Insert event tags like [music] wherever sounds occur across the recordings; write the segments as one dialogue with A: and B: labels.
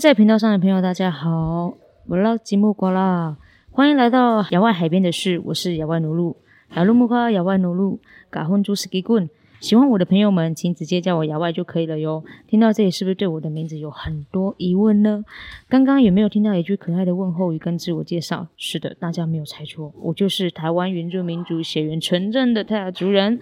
A: 在频道上的朋友，大家好，我老吉木瓜啦，欢迎来到野外海边的事，我是野外奴路，雅路木瓜，野外奴路，嘎混猪斯基棍。喜欢我的朋友们，请直接叫我野外就可以了哟。听到这里，是不是对我的名字有很多疑问呢？刚刚有没有听到一句可爱的问候语跟自我介绍？是的，大家没有猜错，我就是台湾原住民族血缘纯正的泰雅族人。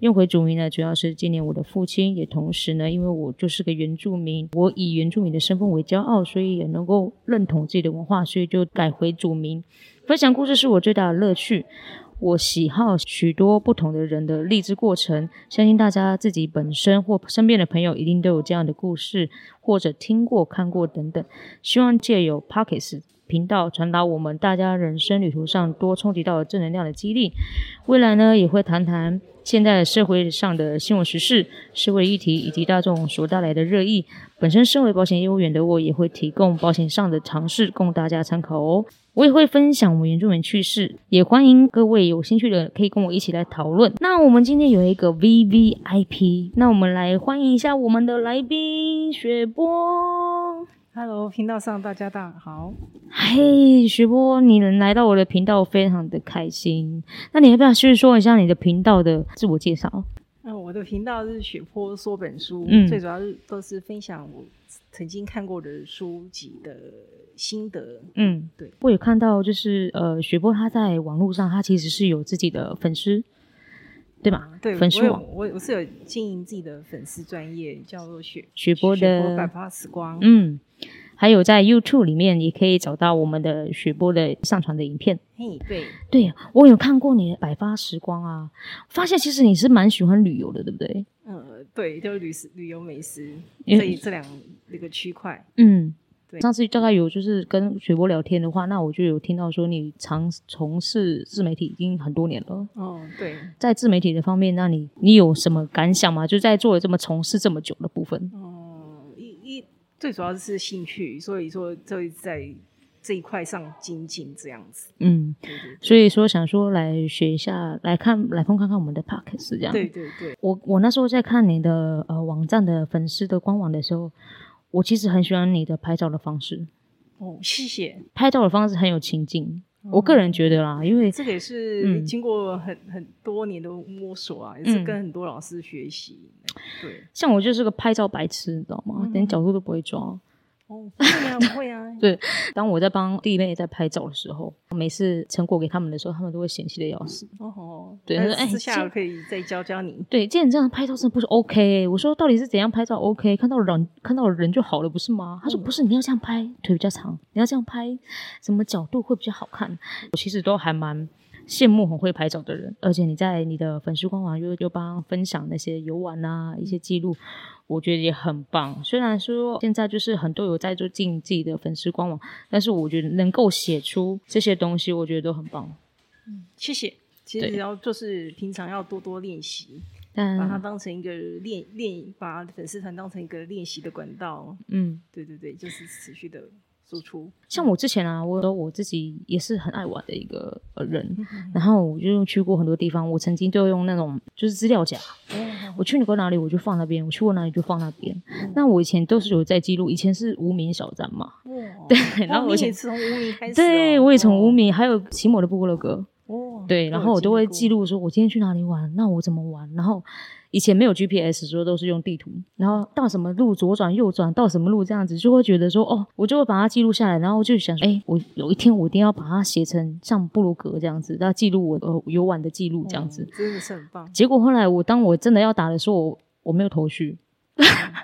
A: 用回族名呢，主要是纪念我的父亲，也同时呢，因为我就是个原住民，我以原住民的身份为骄傲，所以也能够认同自己的文化，所以就改回族名。分享故事是我最大的乐趣。我喜好许多不同的人的励志过程，相信大家自己本身或身边的朋友一定都有这样的故事，或者听过、看过等等。希望借由 Pockets 频道传达我们大家人生旅途上多冲击到的正能量的激励。未来呢，也会谈谈现在社会上的新闻时事、社会议题以及大众所带来的热议。本身身为保险业务员的我，也会提供保险上的常识供大家参考哦。我也会分享我们原住民趣事，也欢迎各位有兴趣的可以跟我一起来讨论。那我们今天有一个 V V I P，那我们来欢迎一下我们的来宾雪波。
B: Hello，频道上大家大好。
A: 嘿，徐波，你能来到我的频道，我非常的开心。那你要不要叙说一下你的频道的自我介绍？
B: 那呃我的频道是雪坡说本书，
A: 嗯
B: 最主要是都是分享我曾经看过的书籍的心得。
A: 嗯，
B: 对，
A: 我有看到，就是呃，雪波他在网络上，他其实是有自己的粉丝，对吧？
B: 啊对，
A: 粉丝
B: 我有
A: 网，
B: 我我是有经营自己的粉丝专业，叫做雪
A: 雪波的
B: 百花时光。
A: 嗯，还有在 YouTube 里面也可以找到我们的雪波的上传的影片。
B: 嘿，对，
A: 对我有看过你的百花时光啊，发现其实你是蛮喜欢旅游的，对不对？
B: 呃，对，就是旅食旅游美食
A: 因
B: 这
A: 为
B: 一这两那个区块。
A: 嗯，
B: 对
A: 上次大概有就是跟水波聊天的话，那我就有听到说你常从事自媒体已经很多年了，
B: 哦，对，
A: 在自媒体的方面，那你你有什么感想吗？就在做了这么从事这么久的部分，
B: 哦、一一最主要是兴趣，所以说就在这一块上精进这样子。
A: 嗯，
B: 对对对
A: 所以说想说来学一下，来看来风看看我们的 p o c k e t 这样。
B: 对，对对，
A: 我我那时候在看你的呃网站的粉丝的官网的时候，我其实很喜欢你的拍照的方式，
B: 哦，谢谢。
A: 拍照的方式很有情境，
B: 哦
A: 我个人觉得啦，因为
B: 这个也是
A: 嗯
B: 经过很、很多年的摸索啊，
A: 嗯
B: 也是跟很多老师学习。对，
A: 像我就是个拍照白痴，你知道吗？
B: 嗯
A: 连角度都不会抓。
B: [laughs] 哦，不会啊，不会啊。
A: 对，当我在帮弟妹在拍照的时候，每次成果给他们的时候，他们都会嫌弃的要死。
B: 哦，
A: 对
B: 那
A: 他说哎
B: 私
A: 这
B: 下可以再教教你。
A: 对，既然你这样拍照真的不是 OK 欸、我说到底是怎样拍照 OK？看到人看到人就好了，不是吗？他说不是，你要这样拍，腿比较长，你要这样拍，什么角度会比较好看？我其实都还蛮羡慕很会拍照的人，而且你在你的粉丝官网又又帮分享那些游玩啊一些记录，我觉得也很棒。虽然说现在就是很多有在做竞技的粉丝官网，但是我觉得能够写出这些东西，我觉得都很棒。
B: 谢谢。其
A: 对嗯
B: 实只要就是平常要多多练习，把它
A: 但
B: 当成一个练练，把粉丝团当成一个练习的管道。
A: 嗯。
B: 对对对，就是持续的输出。
A: 像我之前啊，我有我自己也是很爱玩的一个呃人，然后我就去过很多地方。我曾经就用那种就是资料夹，
B: 哦
A: 我去过哪里我就放那边，我去过哪里就放那边。
B: 嗯
A: 那我以前都是有在记录，以前是无名小站嘛， [laughs]
B: 哇，
A: 对，然
B: 然
A: 后我
B: 后你
A: 以前
B: 也从无名开始哦，
A: 对我也从无
B: 哦
A: 名，还有骑摩的部落格，
B: 哦，
A: 对，然后我都会记
B: 录。
A: 录说我今天去哪里玩，那我怎么玩。然后以前没有 GPS 的时候都是用地图，然后到什么路左转右转到什么路这样子，就会觉得说哦，我就会把它记录下来，然后就想说，哎，我有一天我一定要把它写成像布鲁格这样子，要记录我呃游玩的记录这样子。
B: 嗯真的是很棒。
A: 结果后来我当我真的要打的时候，我我没有头绪，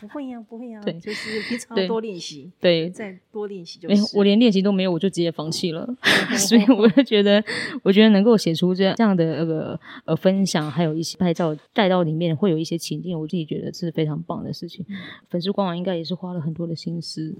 B: 不会呀、不会呀、
A: 对
B: 就是平常
A: 对
B: 多练习，
A: 对。
B: 再多练习就
A: 没有
B: 是。，哦
A: 我连练习都没有，我就直接放弃了。 [laughs] 所以我就觉得，我觉得能够写出这样这样的那个呃分享，还有一些拍照带到里面，会有一些情境，我自己觉得是非常棒的事情。
B: 嗯
A: 粉丝官网应该也是花了很多的心思。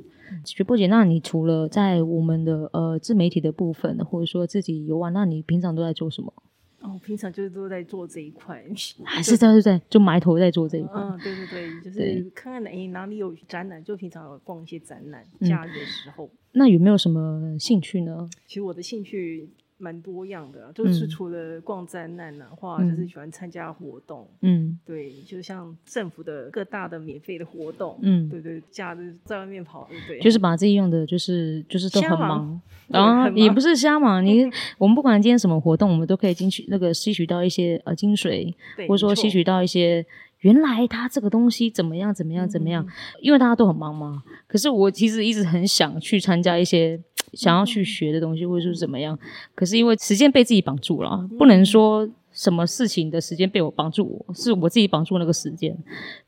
A: 雪波姐，那你除了在我们的呃自媒体的部分，或者说自己游玩，那你平常都在做什么？
B: 哦，平常就是都在做这
A: [laughs]
B: 一块。
A: 还是在在就埋头在做这一块？
B: 嗯，对对对，就
A: 对
B: 是看看哎、哪里有展览，就平常有逛一些展览。
A: 嗯
B: 假日的时候，
A: 那有没有什么兴趣呢？
B: 其实我的兴趣蛮多样的啊、就是
A: 嗯
B: 除了逛展览啊，或
A: 嗯
B: 就是喜欢参加活动，
A: 嗯
B: 对，就像政府的各大的免费的活动，
A: 嗯，
B: 对对，假日在外面跑，对不对？
A: 就是是把自己用的就是就是都很
B: 瞎忙 [laughs]
A: 忙，然后
B: 很忙
A: 也不是瞎忙，
B: [laughs]
A: 你我们不管今天什么活动，我们都可以进去那个吸取到一些呃精髓，或者说吸取到一些原来它这个东西怎么样怎么样怎么
B: 嗯
A: 样，因为大家都很忙嘛。可是我其实一直很想去参加一
B: 嗯
A: 些想要去学的东西，或者说怎么样，可是因为时间被自己绑住
B: 嗯
A: 了，不能说什么事情的时间被我绑住我，是我自己绑住那个时间。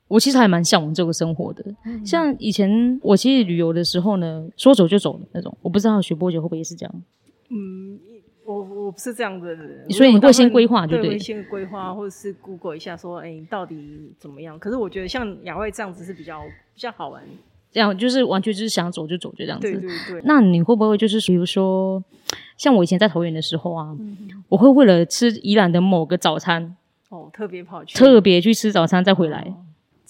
A: 我其实还蛮向往这个生活的，
B: 嗯
A: 像以前我其实旅游的时候呢，说走就走的那种，我不知道学波姐会不会也是这样。
B: 嗯，我我不是这样的人，
A: 所以你会先规划就
B: 对，
A: 对
B: 我会先规划，或者是 Google 一下说，哎，你到底怎么样？可是我觉得像雅慧这样子是比较比较好玩，
A: 这样就是完全就是想走就走，就这样子。
B: 对对对，
A: 那你会不会就是比如说，像我以前在桃园的时候啊，
B: 嗯
A: 我会为了吃宜兰的某个早餐，
B: 哦，特别跑去
A: 特别去吃早餐再回
B: 哦
A: 来。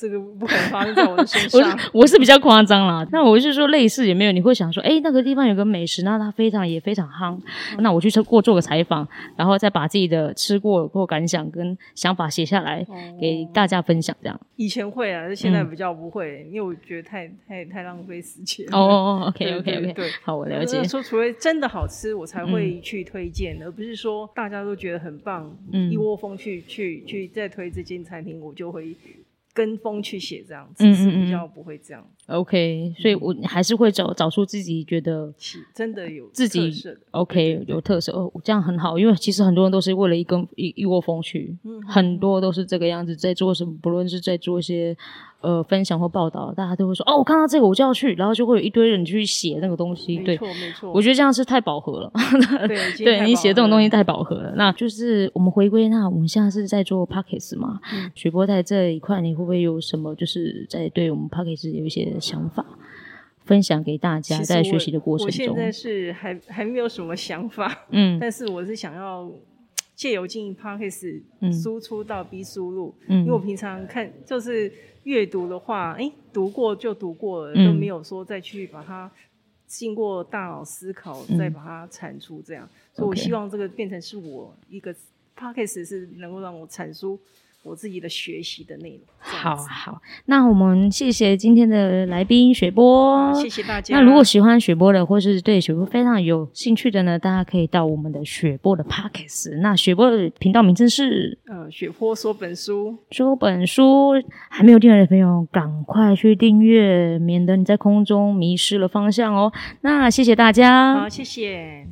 B: 这个不可能发生在我的身
A: [laughs] 我
B: 上
A: 是，我是比较夸张啦，那我是说类似也没有，你会想说，哎，那个地方有个美食，那它非常也非常夯，
B: 嗯
A: 那我去吃过做个采访，然后再把自己的吃过或感想跟想法写下
B: 哦
A: 来，给大家分享这
B: [laughs]
A: 样。
B: 以前会啊，现
A: 嗯
B: 在比较不会，因为我觉得太太太浪费时间
A: 哦
B: 了
A: 哦，OK
B: 对
A: OK
B: 对
A: OK，
B: 对
A: 好，我了解
B: 那。说，除非真的好吃，我才会去推荐，而不是说大家都觉得很棒，
A: 嗯
B: 一窝蜂去去去再推这间餐厅，我就会跟风去写这样子，
A: 嗯嗯
B: 是
A: 嗯
B: 比较不会这样。
A: OK，所以
B: 嗯
A: 我还是会找找出自己觉得
B: 是真的有
A: 自己
B: 特色的
A: OK 有特色哦，这样很好，因为其实很多人都是为了一根一一窝蜂去，
B: 嗯
A: 很多都是这个样子在做什么，不论是在做一些呃分享或报道，大家都会说哦，我看到这个我就要去，然后就会有一堆人去写那个东西。
B: 没
A: 对，
B: 错没错，
A: 我觉得这样是太饱和了，
B: 得对已经
A: 对
B: 太
A: 你
B: 饱
A: 写这
B: 和
A: 种东西
B: 了嗯
A: 太饱和了。那就是我们回归，那我们现在是在做 pockets 嘛？
B: 嗯
A: 水波在这一块，你会不会有什么就是在对我们 pockets 有一些想法？分享给大
B: 其
A: 家，
B: 实
A: 在
B: 我
A: 学习的过程
B: 我现
A: 中，
B: 在是还还没有什么想法，
A: 嗯
B: 但是我是想要借由经营 Podcast
A: 嗯
B: 输出到 B 输入，
A: 嗯
B: 因为我平常看就是阅读的话，哎、读过就读过了，
A: 嗯
B: 都没有说再去把它经过大脑思考、
A: 嗯
B: 再把它产出这样，所以我
A: OK
B: 希望这个变成是我一个 Podcast 是能够让我产出我自己的学习的内容。这样
A: 好
B: 子
A: 好，那我们谢谢今天的来宾雪波。
B: 谢谢大家。
A: 那如果喜欢雪波的，或是对雪波非常有兴趣的呢，大家可以到我们的雪波的 Pockets。那雪波的频道名称是
B: 呃，雪坡说本书，
A: “说本书”，还没有订阅的朋友赶快去订阅，免得你在空中迷失了方向哦。那谢谢大家，
B: 好，谢谢。